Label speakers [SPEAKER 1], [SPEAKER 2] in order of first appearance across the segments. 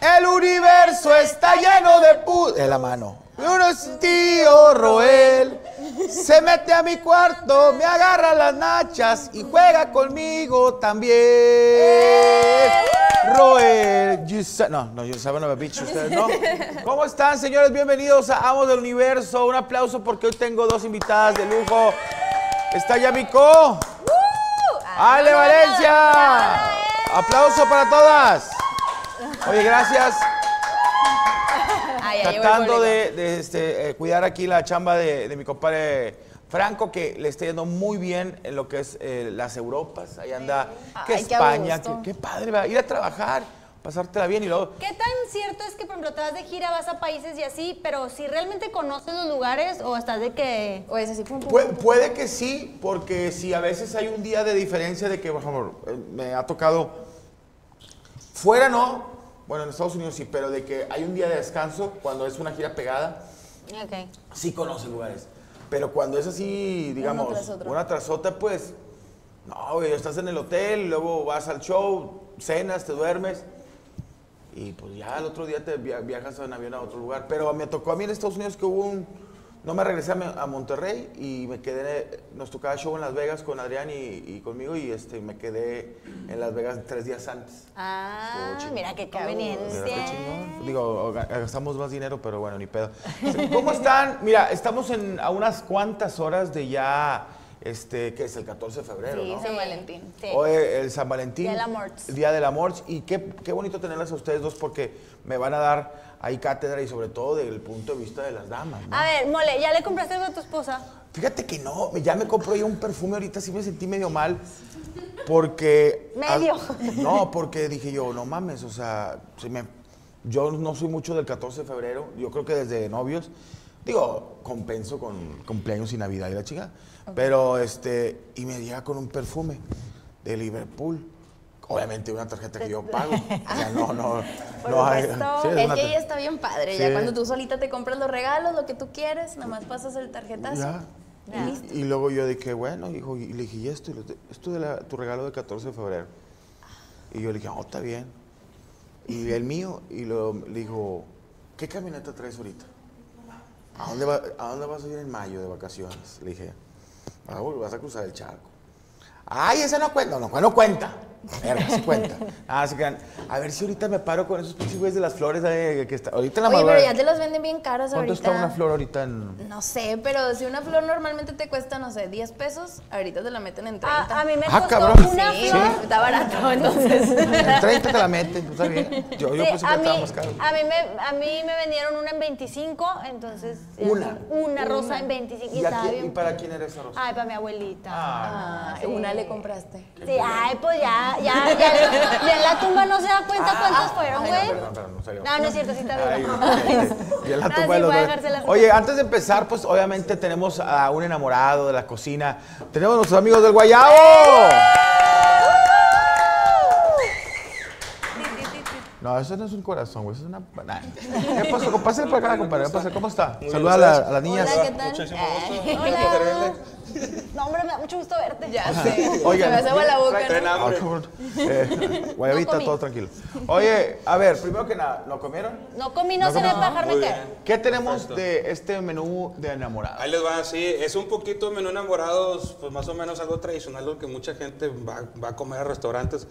[SPEAKER 1] El universo está lleno de pu... De la mano. Y uno es tío Roel. Se mete a mi cuarto, me agarra las nachas y juega conmigo también. Roel, you sa- no, no, you saben no me bicho ustedes, ¿no? ¿Cómo están, señores? Bienvenidos a Amos del Universo. Un aplauso porque hoy tengo dos invitadas de lujo. Está Yamiko. Ale Valencia. Aplauso para todas. Oye, gracias. Tratando de, de, este, eh, cuidar aquí la chamba de, de mi compadre Franco, que le está yendo muy bien en lo que es eh, las Europas. Ahí anda, que
[SPEAKER 2] Ay, qué a
[SPEAKER 1] España, que,
[SPEAKER 2] gusto.
[SPEAKER 1] qué padre, va, ir a trabajar, pasártela bien y luego.
[SPEAKER 2] ¿Qué tan cierto es que, por ejemplo, te vas de gira, vas a países y así, pero si realmente conoces los lugares o estás de que... O es así, pum, pum,
[SPEAKER 1] Pue-
[SPEAKER 2] pum, pum?
[SPEAKER 1] puede que sí, porque si a veces hay un día de diferencia de que, por ejemplo, eh, me ha tocado fuera no, bueno, en Estados Unidos sí, pero de que hay un día de descanso cuando es una gira pegada,
[SPEAKER 2] Ok.
[SPEAKER 1] sí conoce lugares. Pero cuando es así, digamos,
[SPEAKER 2] tras otro.
[SPEAKER 1] una tras otra, pues, no, güey, estás en el hotel, luego vas al show, cenas, te duermes. Y pues ya al otro día te via- viajas en avión a otro lugar. Pero me tocó a mí en Estados Unidos que hubo un... No me regresé a, Me- a Monterrey y me quedé... Nos tocaba show en Las Vegas con Adrián y, y conmigo y este, me quedé en Las Vegas tres días antes.
[SPEAKER 2] Ah, mira qué
[SPEAKER 1] Mira,
[SPEAKER 2] conveniencia.
[SPEAKER 1] qué chingón. Digo, o- ga- gastamos más dinero, pero bueno, ni pedo. ¿Cómo están? Mira, estamos en, a unas cuantas horas de ya, este, que es el 14 de febrero, ¿no?
[SPEAKER 2] San Valentín. Sí.
[SPEAKER 1] Hoy el San Valentín.
[SPEAKER 2] Día de la Morts.
[SPEAKER 1] Día del amor. Y qué, qué bonito tenerlas a ustedes dos porque me van a dar ahí cátedra y sobre todo del punto de vista de las damas. ¿no?
[SPEAKER 2] A ver, mole, ¿ya le compraste algo a tu esposa?
[SPEAKER 1] Fíjate que no, ya me compró yo un perfume ahorita, sí me sentí medio mal. Porque.
[SPEAKER 2] Medio.
[SPEAKER 1] Ah, no, porque dije yo, no mames, o sea, se me- yo no soy mucho del 14 de febrero, yo creo que desde novios, digo, compenso con cumpleaños y Navidad y la chica. Pero este, y me llega con un perfume de Liverpool. Obviamente una tarjeta que yo pago. O sea, no, no. no hay- sí,
[SPEAKER 3] es
[SPEAKER 1] una
[SPEAKER 3] que
[SPEAKER 1] tar-
[SPEAKER 3] ahí está bien padre.
[SPEAKER 1] Sí.
[SPEAKER 3] Ya cuando tú solita te compras los regalos, lo que tú quieres, nomás pasas el tarjetazo.
[SPEAKER 1] Ya.
[SPEAKER 3] Ya.
[SPEAKER 1] Y, y luego yo dije, bueno, hijo, y le dije, ¿y esto? Y lo- Esto de la- tu regalo del 14 de febrero. Y yo le dije, oh, está bien. Y el mío, y lo, le dijo, ¿qué camioneta traes ahorita? ¿A dónde, va- ¿A dónde vas a ir en mayo de vacaciones? Le dije, "Ah, bueno, vas a cruzar el charco. Ay, esa no cuenta, no, no cuenta. Verga, sí cuenta. Ah, se quedan. A ver si ahorita me paro con esos pinches güeyes de las flores eh, que está. Ahorita en la
[SPEAKER 3] Oye, pero
[SPEAKER 1] madrugada-
[SPEAKER 3] ya te los venden bien caros
[SPEAKER 1] ¿Cuánto está
[SPEAKER 3] ahorita.
[SPEAKER 1] una flor ahorita en.?
[SPEAKER 3] No sé, pero si una flor normalmente te cuesta, no sé, 10 pesos, ahorita te la meten en 30.
[SPEAKER 2] A, a mí me
[SPEAKER 1] Ah,
[SPEAKER 2] costó
[SPEAKER 1] cabrón.
[SPEAKER 2] una
[SPEAKER 3] Sí,
[SPEAKER 2] flor.
[SPEAKER 3] está barato, entonces.
[SPEAKER 1] En 30 te la meten, pues, está bien. Yo, yo
[SPEAKER 2] Sí,
[SPEAKER 1] pensé que
[SPEAKER 2] a, mí,
[SPEAKER 1] estaba más caro.
[SPEAKER 2] a, mí me, a mí me vendieron una en 25, entonces... eh,
[SPEAKER 1] Una.
[SPEAKER 2] Una rosa en 25. Y,
[SPEAKER 1] ¿Y, a
[SPEAKER 2] estaba
[SPEAKER 1] quién-
[SPEAKER 2] bien.
[SPEAKER 1] y para quién era esa rosa?
[SPEAKER 2] Ay, para mi abuelita.
[SPEAKER 3] Ah, Una le compraste.
[SPEAKER 2] Sí, ay, pues ya, ya, ya, ya en la tumba no se da cuenta cuántos fueron,
[SPEAKER 1] Ah, Ay,
[SPEAKER 2] güey.
[SPEAKER 1] no, perdón, perdón, no salió.
[SPEAKER 2] No, no es cierto, sí está
[SPEAKER 1] Ay,
[SPEAKER 2] duro.
[SPEAKER 1] y en la
[SPEAKER 2] No,
[SPEAKER 1] tumba
[SPEAKER 2] sí,
[SPEAKER 1] de los
[SPEAKER 2] voy a
[SPEAKER 1] dos.
[SPEAKER 2] dejárselas.
[SPEAKER 1] Oye, antes de empezar, pues obviamente tenemos a un enamorado de la cocina. Tenemos a nuestros amigos del Guayabo. No, eso no es un corazón, güey. Eso es una. nah. ¿Qué pasó? Com- Pásale para acá, compadre. Pásale, ¿Cómo está?
[SPEAKER 4] Muy
[SPEAKER 1] Saluda a,
[SPEAKER 4] bien,
[SPEAKER 1] la-
[SPEAKER 4] gracias.
[SPEAKER 1] a las niñas.
[SPEAKER 3] Hola, ¿qué tal?
[SPEAKER 4] Muchísimo
[SPEAKER 3] Ay.
[SPEAKER 4] gusto.
[SPEAKER 3] Hola.
[SPEAKER 2] No, hombre, me da mucho gusto verte.
[SPEAKER 3] Ya sé.
[SPEAKER 1] Ah, Oigan.
[SPEAKER 3] Se me hace agua la boca.
[SPEAKER 4] Traen
[SPEAKER 3] ¿no?
[SPEAKER 1] Ah,
[SPEAKER 4] hambre.
[SPEAKER 1] cabrón. Eh, guayabita,
[SPEAKER 2] comí.
[SPEAKER 1] todo tranquilo. Oye, a ver, primero que nada, ¿lo comieron?
[SPEAKER 2] No comí, no, se me bajarme
[SPEAKER 4] Muy
[SPEAKER 2] qué.
[SPEAKER 4] bien.
[SPEAKER 1] ¿Qué tenemos de este menú de enamorado?
[SPEAKER 4] Ahí les va, sí, es un poquito menú enamorados, pues más o menos algo tradicional, lo que mucha gente va, va a comer a restaurantes.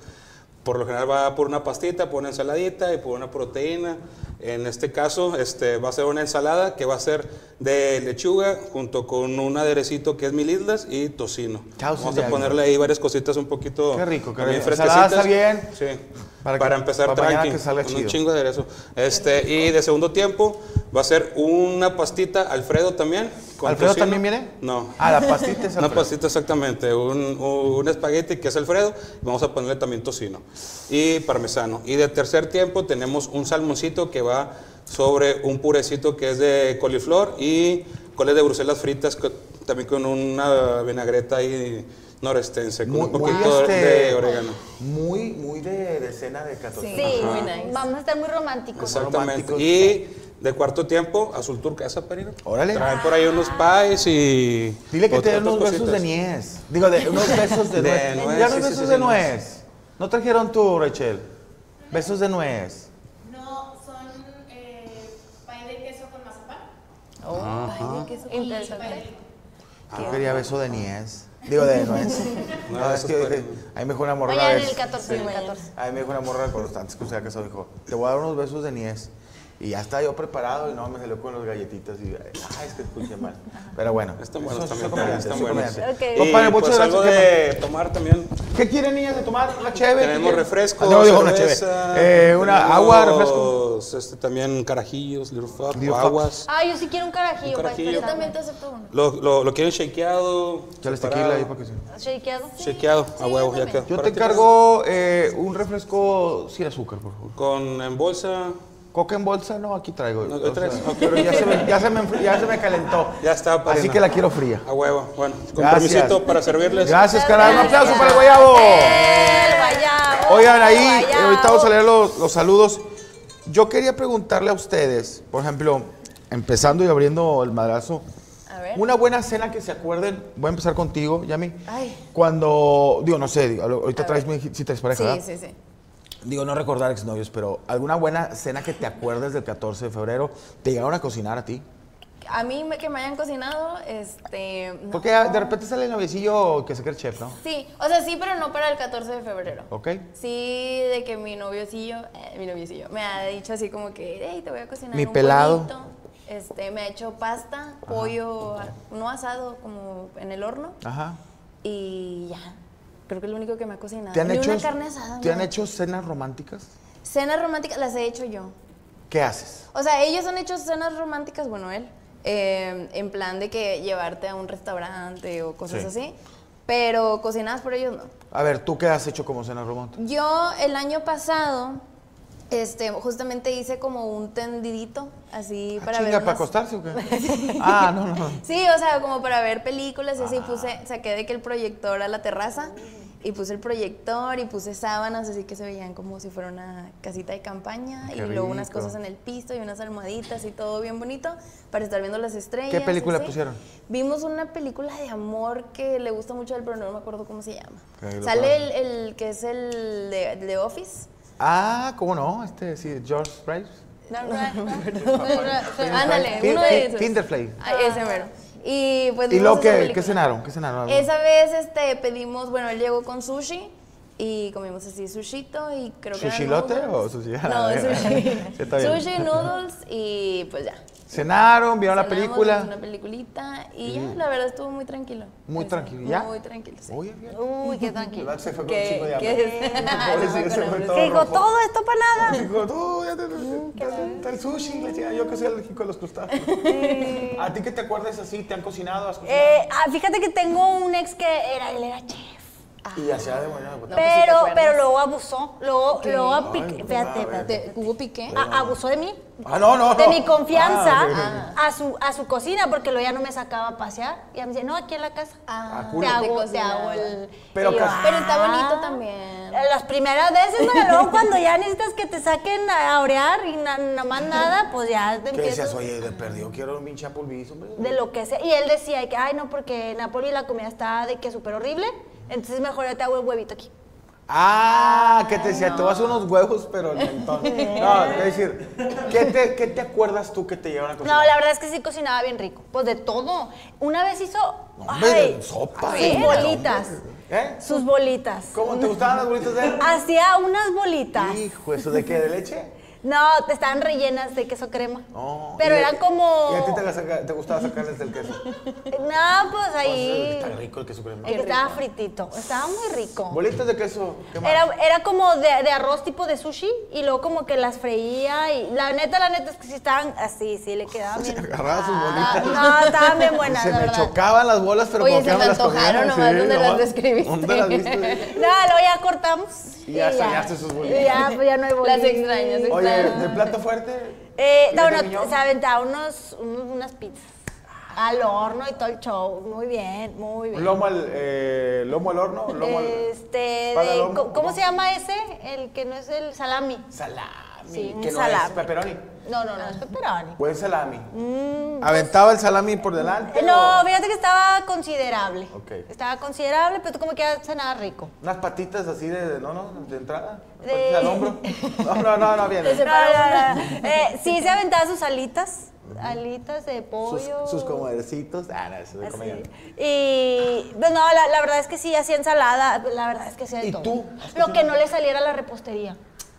[SPEAKER 4] Por lo general va por una pastita, por una ensaladita y por una proteína. En este caso este, va a ser una ensalada que va a ser de lechuga junto con un aderecito que es mil islas y tocino.
[SPEAKER 1] Causas
[SPEAKER 4] Vamos
[SPEAKER 1] de
[SPEAKER 4] a
[SPEAKER 1] algo.
[SPEAKER 4] ponerle ahí varias cositas un poquito
[SPEAKER 1] Qué rico, qué
[SPEAKER 4] también
[SPEAKER 1] rico. Ensalada está
[SPEAKER 4] fresquecitas.
[SPEAKER 1] bien,
[SPEAKER 4] Sí.
[SPEAKER 1] para
[SPEAKER 4] Para,
[SPEAKER 1] que-
[SPEAKER 4] empezar
[SPEAKER 1] para mañana
[SPEAKER 4] tranqui,
[SPEAKER 1] que salga
[SPEAKER 4] con
[SPEAKER 1] chido.
[SPEAKER 4] un chingo de aderezo. Este, y de segundo tiempo va a ser una pastita Alfredo también. con
[SPEAKER 1] ¿Alfredo
[SPEAKER 4] tocino.
[SPEAKER 1] también viene?
[SPEAKER 4] No.
[SPEAKER 1] Ah, la pastita es
[SPEAKER 4] Una
[SPEAKER 1] Alfredo.
[SPEAKER 4] pastita exactamente, un, un espagueti que es Alfredo, vamos a ponerle también tocino y parmesano. Y de tercer tiempo tenemos un salmoncito que va sobre un purecito que es de coliflor y coles de Bruselas fritas co- también con una vinagreta ahí norestense, con
[SPEAKER 1] Muy,
[SPEAKER 4] un
[SPEAKER 1] muy,
[SPEAKER 4] poquito
[SPEAKER 1] este,
[SPEAKER 4] de orégano.
[SPEAKER 1] muy, muy de, de cena de católica.
[SPEAKER 2] Sí,
[SPEAKER 3] Muy nice.
[SPEAKER 2] vamos a estar muy románticos.
[SPEAKER 4] Exactamente.
[SPEAKER 1] románticos.
[SPEAKER 4] Y de cuarto tiempo, Azul Turca, esa perina.
[SPEAKER 1] Órale.
[SPEAKER 4] Traen por ahí unos pies y.
[SPEAKER 1] Dile que te
[SPEAKER 4] otras
[SPEAKER 1] den unos besos
[SPEAKER 4] cositas.
[SPEAKER 1] de niez. Digo, de, unos besos de,
[SPEAKER 4] De
[SPEAKER 1] nuez.
[SPEAKER 4] nuez,
[SPEAKER 1] Ya unos
[SPEAKER 4] sí, sí,
[SPEAKER 1] besos
[SPEAKER 4] sí,
[SPEAKER 1] de
[SPEAKER 4] de nuez.
[SPEAKER 1] nuez. ¿No trajeron tú, Rachel? Besos de nuez.
[SPEAKER 5] No, son eh, pay de queso con mazapán.
[SPEAKER 3] Oh, ay, qué súper interesante.
[SPEAKER 1] Yo quería beso de niez. Digo, de nuez. No,
[SPEAKER 4] No,
[SPEAKER 1] es
[SPEAKER 4] eso
[SPEAKER 1] que
[SPEAKER 4] fue-
[SPEAKER 1] dije, a mí me dijo una morra una
[SPEAKER 2] Mañana en
[SPEAKER 1] vez.
[SPEAKER 2] el 14, en el 14.
[SPEAKER 1] A mí me dijo una morra cuando- antes que se había casado, dijo, te voy a dar unos besos de niez. Y ya estaba yo preparado y no, me salió con los galletitas y, ay, es que escuché mal. Pero bueno. eso-
[SPEAKER 4] Están buenos
[SPEAKER 1] eso
[SPEAKER 4] también.
[SPEAKER 1] comediante,
[SPEAKER 4] Están
[SPEAKER 1] eso
[SPEAKER 4] buenos.
[SPEAKER 1] comediante.
[SPEAKER 2] Ok.
[SPEAKER 4] Y,
[SPEAKER 1] Compadre, muchas
[SPEAKER 4] pues, algo
[SPEAKER 1] gracias,
[SPEAKER 4] de tomar también.
[SPEAKER 1] ¿Qué quieren niñas de tomar? ¿Una cheve? ¿Qué
[SPEAKER 4] Tenemos
[SPEAKER 1] quieren?
[SPEAKER 4] refrescos,
[SPEAKER 1] Ah, no, digo, una
[SPEAKER 4] cerveza,
[SPEAKER 1] cheve. Eh, una agua, refresco.
[SPEAKER 4] tenemos, este, también carajillos, little fuck,
[SPEAKER 1] Little
[SPEAKER 4] o
[SPEAKER 1] fuck.
[SPEAKER 4] aguas.
[SPEAKER 2] Ay, yo sí quiero un carajillo.
[SPEAKER 4] Un carajillo.
[SPEAKER 2] Pues,
[SPEAKER 4] Yo
[SPEAKER 3] También te acepto uno.
[SPEAKER 4] Lo, lo, lo quieren shakeado.
[SPEAKER 1] Chales
[SPEAKER 4] separado,
[SPEAKER 1] tequila ahí para que se-
[SPEAKER 2] Shakeado.
[SPEAKER 4] Shakeado, a huevo, ya quedó.
[SPEAKER 1] Yo
[SPEAKER 4] Para
[SPEAKER 1] te
[SPEAKER 4] ti,
[SPEAKER 1] encargo eh, un refresco sin azúcar, por favor.
[SPEAKER 4] Con en bolsa.
[SPEAKER 1] Coca en bolsa, no, aquí traigo.
[SPEAKER 4] No,
[SPEAKER 1] o sea,
[SPEAKER 4] traes, ok.
[SPEAKER 1] pero ya se, me, ya, se me, enfri- ya se me calentó.
[SPEAKER 4] Ya está, padrino.
[SPEAKER 1] Así que la quiero fría.
[SPEAKER 4] A huevo, bueno. Con
[SPEAKER 1] Gracias.
[SPEAKER 4] permisito para servirles.
[SPEAKER 1] Gracias, canal. Un aplauso para el guayabo.
[SPEAKER 2] El guayabo.
[SPEAKER 1] Oigan, ahí,
[SPEAKER 2] el
[SPEAKER 1] eh, ahorita
[SPEAKER 2] guayabo.
[SPEAKER 1] vamos a leer los, los saludos. Yo quería preguntarle a ustedes, por ejemplo, empezando y abriendo el madrazo,
[SPEAKER 3] A ver.
[SPEAKER 1] una buena cena que se acuerden. Voy a empezar contigo, Yami.
[SPEAKER 3] Ay.
[SPEAKER 1] Cuando, digo, no sé, digo, ahorita
[SPEAKER 3] A
[SPEAKER 1] traes,
[SPEAKER 3] ver.
[SPEAKER 1] mi- si traes pareja,
[SPEAKER 3] Sí,
[SPEAKER 1] ¿verdad?
[SPEAKER 3] sí, sí.
[SPEAKER 1] Digo, no recordar exnovios, pero alguna buena cena que te acuerdes del 14 de febrero, te llegaron a cocinar a ti.
[SPEAKER 3] A mí me, que me hayan cocinado, este. no.
[SPEAKER 1] Porque de repente sale el noviecillo que se cree chef, ¿no?
[SPEAKER 3] Sí, o sea, sí, pero no para el 14 de febrero.
[SPEAKER 1] ¿Ok?
[SPEAKER 3] Sí, de que mi noviocillo, eh, mi noviocillo, me ha dicho así como que, hey, te voy a cocinar
[SPEAKER 1] Mi
[SPEAKER 3] un
[SPEAKER 1] pelado.
[SPEAKER 3] bonito". Este, me ha hecho pasta, pollo, a- no asado, como en el horno.
[SPEAKER 1] Ajá.
[SPEAKER 3] Y ya, creo que es lo único que me ha cocinado.
[SPEAKER 1] ¿Te han,
[SPEAKER 3] Ni
[SPEAKER 1] hecho,
[SPEAKER 3] una carne asada.
[SPEAKER 1] ¿te han
[SPEAKER 3] no.
[SPEAKER 1] hecho cenas románticas?
[SPEAKER 3] Cenas románticas las he hecho yo.
[SPEAKER 1] ¿Qué haces?
[SPEAKER 3] O sea, ellos han hecho cenas románticas, bueno, él, eh, en plan de que llevarte a un restaurante o cosas
[SPEAKER 1] Sí.
[SPEAKER 3] así, pero cocinadas por ellos no.
[SPEAKER 1] A ver, ¿tú qué has hecho como cena romántica?
[SPEAKER 3] Yo el año pasado, este, justamente hice como un tendidito así
[SPEAKER 1] Ah,
[SPEAKER 3] para
[SPEAKER 1] chinga,
[SPEAKER 3] ver.
[SPEAKER 1] ¿Para
[SPEAKER 3] unas-
[SPEAKER 1] acostarse o qué? ah, no, no. no.
[SPEAKER 3] Sí, o sea, como para ver películas y así
[SPEAKER 1] Ah.
[SPEAKER 3] puse, saqué de que el proyector a la terraza y puse el proyector y puse sábanas así que se veían como si fuera una casita de campaña
[SPEAKER 1] Qué
[SPEAKER 3] y luego unas
[SPEAKER 1] rico.
[SPEAKER 3] cosas en el piso y unas almohaditas y todo bien bonito para estar viendo las estrellas.
[SPEAKER 1] ¿Qué película
[SPEAKER 3] así.
[SPEAKER 1] pusieron?
[SPEAKER 3] Vimos una película de amor que le gusta mucho al pero no me acuerdo cómo se llama.
[SPEAKER 1] Ok, lo
[SPEAKER 3] Sale
[SPEAKER 1] pago.
[SPEAKER 3] el, el que es el de, de Office.
[SPEAKER 1] Ah, ¿cómo no? Este, sí, George Price.
[SPEAKER 3] No, no, no, no, no. Ah, Ándale,
[SPEAKER 1] Tin-
[SPEAKER 3] uno de
[SPEAKER 1] tin-
[SPEAKER 3] esos.
[SPEAKER 1] Tinderflay.
[SPEAKER 3] Ah, ese mero. Y pues
[SPEAKER 1] ¿Y
[SPEAKER 3] vimos
[SPEAKER 1] luego
[SPEAKER 3] esa
[SPEAKER 1] qué, qué
[SPEAKER 3] película.
[SPEAKER 1] cenaron? ¿Qué cenaron? Algo.
[SPEAKER 3] Esa vez este pedimos, bueno, él llegó con sushi y comimos así sushito y creo que eran
[SPEAKER 1] ¿Sushilote
[SPEAKER 3] noodles.
[SPEAKER 1] o sushi? Ah,
[SPEAKER 3] No, sushi.
[SPEAKER 1] Sí, está bien.
[SPEAKER 3] Sushi, noodles y pues ya.
[SPEAKER 1] Cenaron, vieron la
[SPEAKER 3] Cenamos,
[SPEAKER 1] película.
[SPEAKER 3] vimos Una peliculita y ya, la verdad estuvo muy tranquilo.
[SPEAKER 1] Muy
[SPEAKER 3] Ese,
[SPEAKER 1] tranquilo, ¿ya?
[SPEAKER 3] Muy tranquilo, sí.
[SPEAKER 1] Oye, bien.
[SPEAKER 2] Uy, qué tranquilo.
[SPEAKER 1] se fue
[SPEAKER 3] ¿Qué- qué es?
[SPEAKER 1] Pobre, sí, se fue todo
[SPEAKER 2] Que digo,
[SPEAKER 1] rojo.
[SPEAKER 2] todo esto para nada. Mm,
[SPEAKER 1] Dijo, tú, ya te, ya te- el sushi, la chingada, yo que soy alérgico a los crustáceos. ¿A ti que te acuerdas así? ¿Te han cocinado? ¿Has cocinado?
[SPEAKER 2] Eh, ah, fíjate que tengo un ex que era, él era chef.
[SPEAKER 1] Y hacía de buena. güey.
[SPEAKER 3] No, pues, sí te
[SPEAKER 2] pero,
[SPEAKER 3] acuerdas.
[SPEAKER 2] pero luego abusó, luego,
[SPEAKER 3] ¿Qué?
[SPEAKER 2] luego
[SPEAKER 3] Ay,
[SPEAKER 2] apic- espérate, espérate.
[SPEAKER 3] De- ¿Hubo Eh, piqué?
[SPEAKER 2] A- abusó de mí,
[SPEAKER 1] Ah, no, no, no.
[SPEAKER 2] de mi confianza
[SPEAKER 1] Ah, ok, ok.
[SPEAKER 2] a, su, a su cocina, porque luego ya no me sacaba a pasear. Y ya me decía, no, aquí en la casa.
[SPEAKER 3] Ah,
[SPEAKER 2] te
[SPEAKER 1] culo.
[SPEAKER 2] hago,
[SPEAKER 3] Te
[SPEAKER 2] te hago el.
[SPEAKER 1] Pero
[SPEAKER 2] y yo,
[SPEAKER 1] casi-
[SPEAKER 3] Pero está
[SPEAKER 2] "Ah".
[SPEAKER 3] bonito también.
[SPEAKER 2] Las primeras veces, pero luego cuando ya necesitas que te saquen a orear y na- nada más nada, pues ya te
[SPEAKER 1] ¿Qué decías?
[SPEAKER 2] empiezas
[SPEAKER 1] Oye, de perdido quiero un pinche Applebee's, hombre.
[SPEAKER 2] de lo que sea. Y él decía de que, ay, no, porque en Napoli la comida está de que súper horrible, entonces mejor ya te hago el huevito aquí.
[SPEAKER 1] Ah, que te decía, te vas unos huevos, pero en el ton. No, te voy a decir, ¿qué te, ¿qué te acuerdas tú que te llevan a cocinar?
[SPEAKER 2] No, la verdad es que sí cocinaba bien rico. Pues de todo. Una vez hizo.
[SPEAKER 1] No, hombre,
[SPEAKER 2] ay,
[SPEAKER 1] sopa,
[SPEAKER 2] Sus
[SPEAKER 1] ¿eh?
[SPEAKER 2] bolitas.
[SPEAKER 1] ¿Eh?
[SPEAKER 2] Sus bolitas.
[SPEAKER 1] ¿Cómo te gustaban las bolitas de él?
[SPEAKER 2] Hacía unas bolitas.
[SPEAKER 1] Hijo, ¿eso de qué? ¿De leche?
[SPEAKER 2] No, te estaban rellenas de queso crema.
[SPEAKER 1] No.
[SPEAKER 2] Pero
[SPEAKER 1] ¿Y a-
[SPEAKER 2] eran como.
[SPEAKER 1] ¿Y a ti te, la saca- te gustaba sacarles del queso?
[SPEAKER 2] No, pues ahí.
[SPEAKER 1] eh, Está rico el queso crema.
[SPEAKER 2] El que estaba fritito. Estaba muy rico.
[SPEAKER 1] Bolitas de queso, ¿qué más?
[SPEAKER 2] Era, era como de, de arroz tipo de sushi y luego como que las freía y la neta, la neta es que sí estaban así, sí le quedaban bien.
[SPEAKER 1] agarraba sus
[SPEAKER 2] Ah, No, estaban bien buenas,
[SPEAKER 1] Se
[SPEAKER 2] la
[SPEAKER 1] me
[SPEAKER 2] verdad.
[SPEAKER 1] chocaban las bolas, pero
[SPEAKER 3] Oye,
[SPEAKER 1] como
[SPEAKER 3] se
[SPEAKER 1] que
[SPEAKER 3] me
[SPEAKER 1] no las
[SPEAKER 3] antojaron
[SPEAKER 1] comían,
[SPEAKER 3] nomás donde las describiste.
[SPEAKER 1] ¿Dónde las viste?
[SPEAKER 2] No, luego ya cortamos.
[SPEAKER 1] Y ya extrañaste sus bolitas.
[SPEAKER 2] y ya, pues ya no hay bolitas.
[SPEAKER 3] Las extrañas, ¿eh?
[SPEAKER 1] Oye,
[SPEAKER 3] Está-
[SPEAKER 1] ¿de plato fuerte?
[SPEAKER 2] Eh,
[SPEAKER 1] ¿Y
[SPEAKER 2] no,
[SPEAKER 1] de
[SPEAKER 2] bueno,
[SPEAKER 1] riñón?
[SPEAKER 2] se aventaba unos, unos- unas pizzas al horno y todo el show. Muy bien, muy bien.
[SPEAKER 1] Lomo al, eh, lomo al horno, lomo al...
[SPEAKER 2] este,
[SPEAKER 1] ¿Para
[SPEAKER 2] de,
[SPEAKER 1] lomo?
[SPEAKER 2] ¿cómo, cómo se llama ese? El que no es el salami.
[SPEAKER 1] Salami.
[SPEAKER 2] Sí, un
[SPEAKER 1] que no es
[SPEAKER 2] salami.
[SPEAKER 1] pepperoni.
[SPEAKER 2] No, no, no, es pepperoni.
[SPEAKER 1] Buen salami. ¿Aventaba el salami por delante?
[SPEAKER 2] Eh, Mm. No,
[SPEAKER 1] o
[SPEAKER 2] fíjate que estaba considerable.
[SPEAKER 1] Ok.
[SPEAKER 2] Estaba considerable, pero tú como que ya cenabas rico.
[SPEAKER 1] Unas patitas así de, de- no, no, de entrada.
[SPEAKER 2] De-
[SPEAKER 1] Patitas al hombro. No, no, no, no, bien.
[SPEAKER 2] No, no, no. Eh, sí, se aventaba sus alitas, alitas de
[SPEAKER 1] Sus,
[SPEAKER 2] pollo.
[SPEAKER 1] sus comadrecitos. Ah, no, eso es de
[SPEAKER 2] Así.
[SPEAKER 1] comediante.
[SPEAKER 2] Y pues no, la, la verdad es que sí hacía ensalada, la verdad es que hacía de
[SPEAKER 1] ¿Y
[SPEAKER 2] todo.
[SPEAKER 1] tú?
[SPEAKER 2] Lo que no le saliera a la repostería.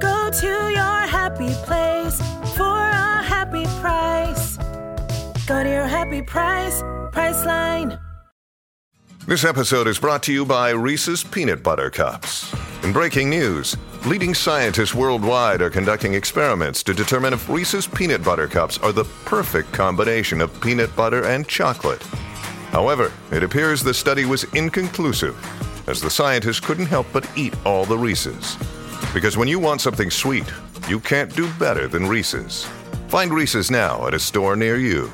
[SPEAKER 6] Go to your happy place for a happy price. Go to your happy price, Priceline.
[SPEAKER 7] This episode is brought to you by Reese's Peanut Butter Cups. In breaking news, leading scientists worldwide are conducting experiments to determine if Reese's Peanut Butter Cups are the perfect combination of peanut butter and chocolate. However, it appears the study was inconclusive, as the scientists couldn't help but eat all the Reese's. Because when you want something sweet, you can't do better than Reese's. Find Reese's now at a store near you.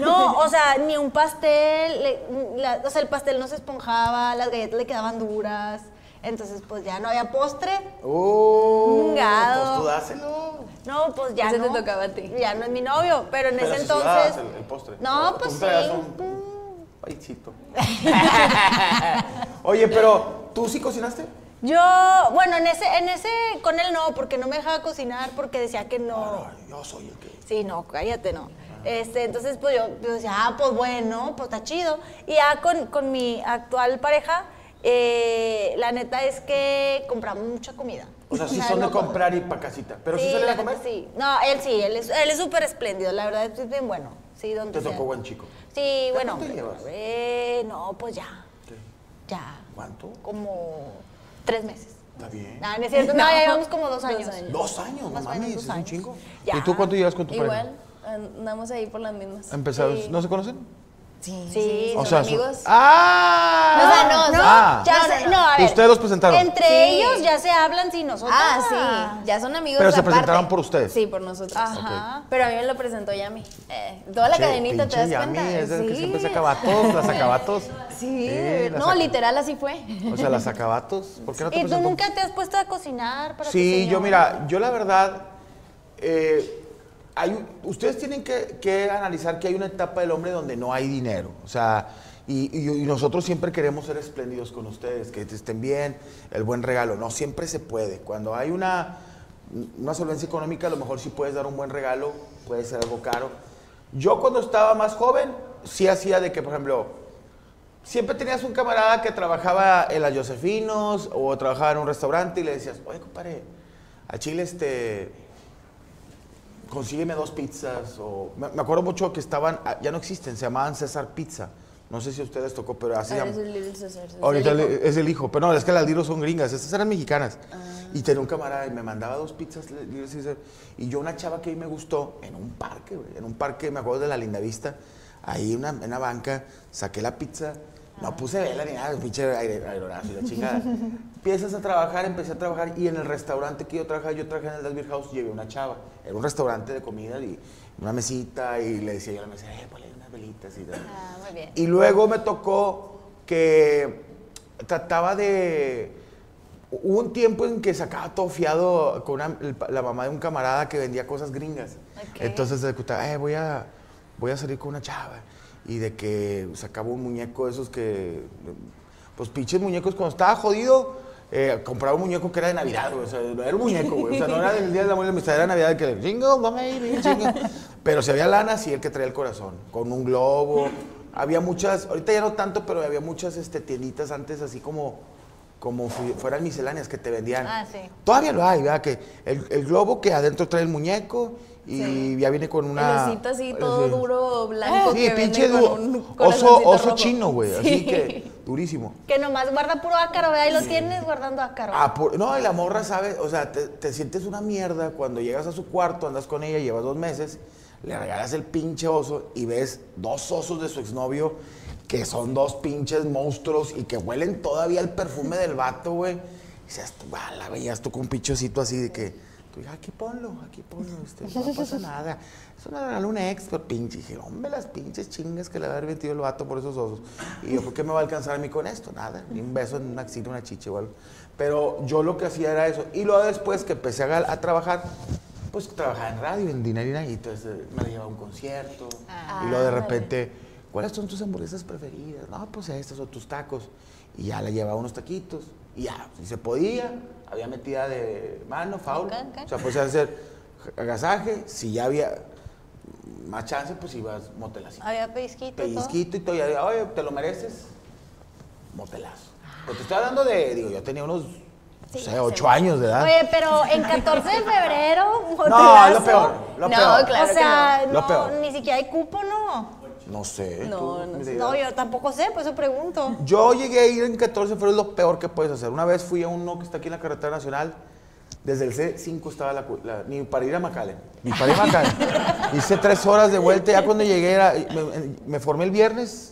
[SPEAKER 2] No, o sea, ni un pastel, le- la- o sea, el pastel no se esponjaba, las galletas le quedaban duras. Entonces, pues ya no había postre.
[SPEAKER 3] Uh,
[SPEAKER 1] ¡Oh!
[SPEAKER 2] Mungado.
[SPEAKER 1] Pues tú dáselo.
[SPEAKER 2] No, pues ya
[SPEAKER 3] Ese
[SPEAKER 2] no.
[SPEAKER 3] te tocaba a ti.
[SPEAKER 2] Ya no es mi novio, pero en
[SPEAKER 1] Pero
[SPEAKER 2] ese
[SPEAKER 1] si tú dabas
[SPEAKER 2] entonces.
[SPEAKER 1] el, el postre.
[SPEAKER 2] No,
[SPEAKER 1] Tú
[SPEAKER 2] pues sí.
[SPEAKER 1] traías un- un paisito. Oye, pero, ¿tú sí cocinaste?
[SPEAKER 2] Yo, bueno, en ese, en ese, con él no, porque no me dejaba cocinar, porque decía que no.
[SPEAKER 1] Yo soy el que...
[SPEAKER 2] Sí, no, cállate, no. Este, entonces, pues yo, yo decía, ah, pues bueno, pues está chido. Y ya con, con mi actual pareja, eh, la neta es que compramos mucha comida.
[SPEAKER 1] O sea, sí son de
[SPEAKER 2] Ah, no- pues.
[SPEAKER 1] comprar y pa' casita. ¿Pero sí,
[SPEAKER 2] Sí,
[SPEAKER 1] salen
[SPEAKER 2] la
[SPEAKER 1] a comer?
[SPEAKER 2] neta sí. No, él sí, él es él es súper espléndido, la verdad, es bien bueno. Sí, donde
[SPEAKER 1] Te
[SPEAKER 2] sea.
[SPEAKER 1] tocó buen chico.
[SPEAKER 2] Sí, bueno.
[SPEAKER 1] cuánto
[SPEAKER 2] hombre,
[SPEAKER 1] llevas?
[SPEAKER 2] eh, no, pues ya. Ya.
[SPEAKER 1] ¿Cuánto?
[SPEAKER 2] Como tres meses. Ah,
[SPEAKER 1] Está bien.
[SPEAKER 2] No, no es cierto. No, ya llevamos como dos años.
[SPEAKER 1] Dos años, no
[SPEAKER 2] Más o menos
[SPEAKER 1] mames,
[SPEAKER 2] dos
[SPEAKER 1] es un
[SPEAKER 2] años.
[SPEAKER 1] chingo.
[SPEAKER 2] Ya.
[SPEAKER 1] ¿Y tú cuánto llevas con tu pareja?
[SPEAKER 3] Igual, andamos ahí por las mismas.
[SPEAKER 1] Empezaron, ¿no se conocen?
[SPEAKER 3] Sí,
[SPEAKER 2] Sí,
[SPEAKER 3] son
[SPEAKER 2] o
[SPEAKER 1] sea, son-
[SPEAKER 3] amigos.
[SPEAKER 1] ¡Ah!
[SPEAKER 3] O sea, no, no,
[SPEAKER 1] Ah.
[SPEAKER 2] Ya
[SPEAKER 3] No,
[SPEAKER 2] se-
[SPEAKER 3] no, no.
[SPEAKER 2] no, a ver.
[SPEAKER 1] Ustedes los presentaron.
[SPEAKER 2] Entre
[SPEAKER 3] Sí.
[SPEAKER 2] ellos ya se hablan sin nosotros.
[SPEAKER 3] Ah, sí, ya son amigos.
[SPEAKER 1] Pero se
[SPEAKER 3] aparte.
[SPEAKER 1] presentaron por ustedes.
[SPEAKER 3] Sí, por nosotros.
[SPEAKER 2] Ajá.
[SPEAKER 3] Pero a mí me lo presentó Yami. Eh, toda la
[SPEAKER 1] Che,
[SPEAKER 3] cadenita, ¿te
[SPEAKER 1] pinche
[SPEAKER 3] das
[SPEAKER 1] Yami,
[SPEAKER 3] cuenta?
[SPEAKER 1] es el que
[SPEAKER 3] Sí.
[SPEAKER 1] siempre saca vatos, las acabatos.
[SPEAKER 3] Sí,
[SPEAKER 1] Sí, la
[SPEAKER 3] no,
[SPEAKER 1] saca-
[SPEAKER 3] literal así fue.
[SPEAKER 1] O sea, las acabatos. ¿Por qué no te
[SPEAKER 2] ¿Y Eh, tú
[SPEAKER 1] presentó?
[SPEAKER 2] nunca te has puesto a cocinar para tu
[SPEAKER 1] Sí, yo
[SPEAKER 2] señor?
[SPEAKER 1] mira, yo la verdad, eh, hay un- ustedes tienen que, que analizar que hay una etapa del hombre donde no hay dinero, o sea, y, y- y nosotros siempre queremos ser espléndidos con ustedes, que estén bien, el buen regalo, no siempre se puede, cuando hay una, una solvencia económica a lo mejor sí puedes dar un buen regalo, puede ser algo caro. Yo cuando estaba más joven, sí hacía de que, por ejemplo, Siempre tenías un camarada que trabajaba en las Josefinos o trabajaba en un restaurante y le decías, oye, compadre, a Chile este. Consígueme dos pizzas. O, me, me acuerdo mucho que estaban, ah, ya no existen, se llamaban César Pizza. No sé si a ustedes tocó, pero así se
[SPEAKER 3] Ahora
[SPEAKER 1] llama.
[SPEAKER 3] es el Little Caesars, es
[SPEAKER 1] Ahorita
[SPEAKER 3] el hijo. Ah.
[SPEAKER 1] le- es el hijo, pero no, es que las Little son gringas, estas eran mexicanas. Y tenía un camarada y me mandaba dos pizzas le- Little Caesar. Y yo una chava que ahí me gustó en un parque, güey, en un parque, me acuerdo de la Linda Vista, ahí una, en una banca, saqué la pizza,
[SPEAKER 3] Ah.
[SPEAKER 1] no puse vela ni nada, pinche aire- aeronazo y la chingada. Empiezas a trabajar, empecé a trabajar y en el restaurante que yo trabajaba, yo trabajé en el Dasbir House, llevé una chava. Era un restaurante de comida y una mesita y le decía yo a la mesa, eh, ponle unas velitas y tal.
[SPEAKER 3] Ah, muy bien.
[SPEAKER 1] Y luego me tocó que trataba de. Hubo un tiempo en que sacaba todo fiado con una- el pa- la mamá de un camarada que vendía cosas gringas.
[SPEAKER 8] Ok.
[SPEAKER 1] Entonces se escuchaba, eh, voy a, voy a salir con una chava. Y de que sacaba un muñeco de esos que. Pues pinches muñecos, cuando estaba jodido, eh, compraba un muñeco que era de Navidad, güey. O sea, era un muñeco, güey. O sea, no era del Día del Amor y la Amistad, era Navidad, que le jingle, baby, jingle. Pero si había lana, sí, el que traía el corazón, con un globo. Había muchas, ahorita ya no tanto, pero había muchas este, tienditas antes, así como, como si fueran misceláneas que te vendían.
[SPEAKER 2] Ah, sí.
[SPEAKER 1] Todavía lo hay, ¿verdad? Que el, el globo que adentro trae el muñeco y ya viene con una.
[SPEAKER 3] El osito así todo
[SPEAKER 1] ah, eh, Sí. Ah,
[SPEAKER 3] duro, blanco,
[SPEAKER 1] Sí,
[SPEAKER 3] que
[SPEAKER 1] pinche
[SPEAKER 3] venden
[SPEAKER 1] du-
[SPEAKER 3] con un
[SPEAKER 1] oso,
[SPEAKER 3] corazoncito
[SPEAKER 1] oso
[SPEAKER 3] rojo.
[SPEAKER 1] chino, güey.
[SPEAKER 3] Sí.
[SPEAKER 1] Así que, durísimo.
[SPEAKER 2] Que nomás guarda puro ácaro, ¿verdad? Ahí lo tienes guardando ácaro.
[SPEAKER 1] Ah, por- no, y la morra sabe, o sea, te, te sientes una mierda cuando llegas a su cuarto, andas con ella, llevas dos meses, le regalas el pinche oso y ves dos osos de su exnovio que son dos pinches monstruos y que huelen todavía el perfume del vato, güey. Y dices, tú, "Ah, la veías tú con un pinchocito así de que, tú, aquí ponlo, aquí ponlo, este, no pasa nada. Eso me regaló una ex, pero pinche. Y dije, hombre, las pinches chingas que le va a haber metido el vato por esos osos. Y yo, ¿por qué me va a alcanzar a mí con esto? Nada, ni un beso en una axila, una chicha o algo. Pero yo lo que hacía era eso. Y luego después que empecé a, gal- a trabajar, pues trabajaba en radio, en dinarina, y entonces eh, me la llevaba a un concierto. y luego de
[SPEAKER 8] ándale.
[SPEAKER 1] repente, ¿cuáles son tus hamburguesas preferidas? No, pues estas o tus tacos. Y ya la llevaba unos taquitos. Y ya, si se podía, había metida de mano, faul.
[SPEAKER 8] Ok, ok.
[SPEAKER 1] O sea, pues hacer agasaje, si ya había más chance, pues ibas motelazo.
[SPEAKER 2] Había pellizquito. y todo.
[SPEAKER 1] Pellizquito y todo, y había, oye, ¿te lo mereces? Motelazo. Pero te estoy hablando de, digo, yo tenía unos, no sé, ocho años de edad.
[SPEAKER 2] Oye, pero en 14 de febrero,
[SPEAKER 1] No,
[SPEAKER 2] motelazo.
[SPEAKER 1] es lo peor, lo
[SPEAKER 2] no,
[SPEAKER 1] peor.
[SPEAKER 2] claro. O sea,
[SPEAKER 1] que no.
[SPEAKER 2] no,
[SPEAKER 1] Lo peor.
[SPEAKER 2] ni siquiera hay cupo, ¿no?
[SPEAKER 1] No sé.
[SPEAKER 2] No,
[SPEAKER 1] tú,
[SPEAKER 2] no
[SPEAKER 1] ni
[SPEAKER 2] sé.
[SPEAKER 1] idea.
[SPEAKER 2] No, yo tampoco sé, por eso pregunto.
[SPEAKER 1] Yo llegué a ir en 14 de febrero, es lo peor que puedes hacer. Una vez fui a uno que está aquí en la carretera nacional. Desde el C5 estaba la, cu- la- ni para ir a Macalen, ni para ir a Macalen. Hice tres horas de vuelta, ya cuando llegué, era- me, me formé el viernes,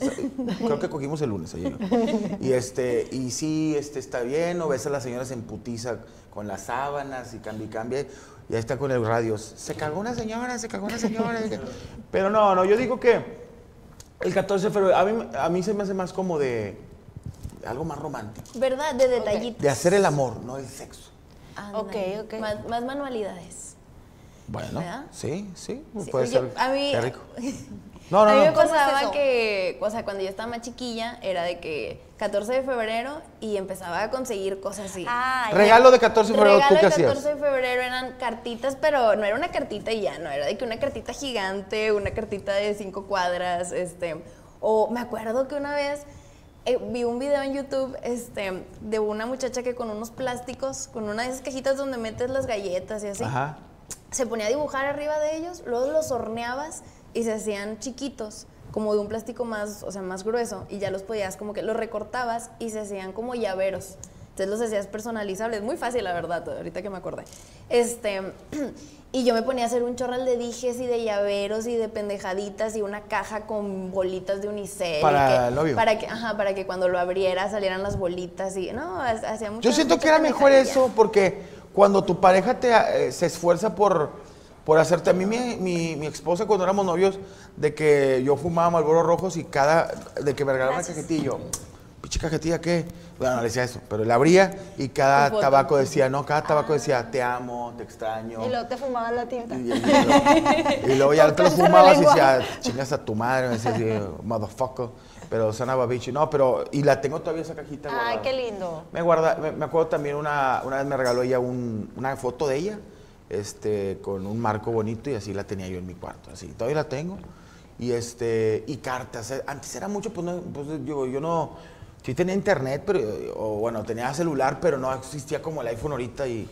[SPEAKER 1] creo que cogimos el lunes ayer. Y este, y sí, este está bien, o ves a las señoras en putiza con las sábanas y cambia y cambia. Y ahí está con el radio. Se cagó una señora, se cagó una señora. Pero no, no, yo digo que el 14 de febrero, a mí, a mí se me hace más como de algo más romántico.
[SPEAKER 3] ¿Verdad? De detallitos.
[SPEAKER 1] De hacer el amor, no el sexo.
[SPEAKER 3] Ándale. Más, más manualidades.
[SPEAKER 1] Bueno,
[SPEAKER 3] ¿Verdad?
[SPEAKER 1] sí, sí,
[SPEAKER 3] Sí,
[SPEAKER 1] Mm, puede
[SPEAKER 3] yo-
[SPEAKER 1] ser.
[SPEAKER 3] a mí,
[SPEAKER 1] qué rico.
[SPEAKER 3] a
[SPEAKER 1] No,
[SPEAKER 3] mí
[SPEAKER 1] no,
[SPEAKER 3] me
[SPEAKER 1] no.
[SPEAKER 3] pasaba que, o sea, cuando yo estaba más chiquilla, era de que 14 de febrero y empezaba a conseguir cosas así.
[SPEAKER 2] Ah,
[SPEAKER 1] Regalo de 14 de febrero, ¿tú qué hacías?
[SPEAKER 3] Regalo de 14 de febrero eran cartitas, pero no era una cartita y ya, no, era de que una cartita gigante, una cartita de cinco cuadras, este, o me acuerdo que una vez eh, vi un video en YouTube, este, de una muchacha que con unos plásticos, con una de esas cajitas donde metes las galletas y así,
[SPEAKER 8] Ajá.
[SPEAKER 3] se ponía a dibujar arriba de ellos, luego los horneabas y se hacían chiquitos, como de un plástico más, o sea, más grueso, y ya los podías como que los recortabas y se hacían como llaveros. Entonces los hacías personalizables, muy fácil la verdad, ahorita que me acordé. Este, y yo me ponía a hacer un chorral de dijes y de llaveros y de pendejaditas y una caja con bolitas de unicel. y
[SPEAKER 1] Para
[SPEAKER 3] que-
[SPEAKER 1] el novio.
[SPEAKER 3] Para que, ajá, para que cuando lo abriera salieran las bolitas y, no, ha- hacía mucho
[SPEAKER 1] Yo siento que era mejor eso porque cuando tu pareja te, eh, se esfuerza por, por hacerte. A mí, mi, mi- mi esposa, cuando éramos novios, de que yo fumaba malboros rojos y cada. de que me regalaba una cajetilla, y yo, pinche cajetilla, ¿qué? Bueno, no le decía eso, pero la abría y cada
[SPEAKER 2] Con foto.
[SPEAKER 1] tabaco decía, no, cada tabaco decía, te amo, te extraño.
[SPEAKER 2] Ah. Y luego te fumaba la tinta.
[SPEAKER 1] Y luego ya te lo
[SPEAKER 2] Cortándose la
[SPEAKER 1] fumabas y
[SPEAKER 2] lengua.
[SPEAKER 1] decía, chingas a tu madre, me decía así, motherfucker. Pero sonaba bicho. No, pero. Y la tengo todavía esa cajita
[SPEAKER 2] Ay,
[SPEAKER 1] guardada.
[SPEAKER 2] qué lindo.
[SPEAKER 1] Me, guarda, me, me acuerdo también una, una vez me regaló ella un- una foto de ella, este, con un marco bonito y así la tenía yo en mi cuarto, así. Todavía la tengo y este y cartas. Eh, Antes era mucho, pues, no, pues, digo, yo no, sí tenía internet, pero, o bueno, tenía celular, pero no existía como el iPhone ahorita y,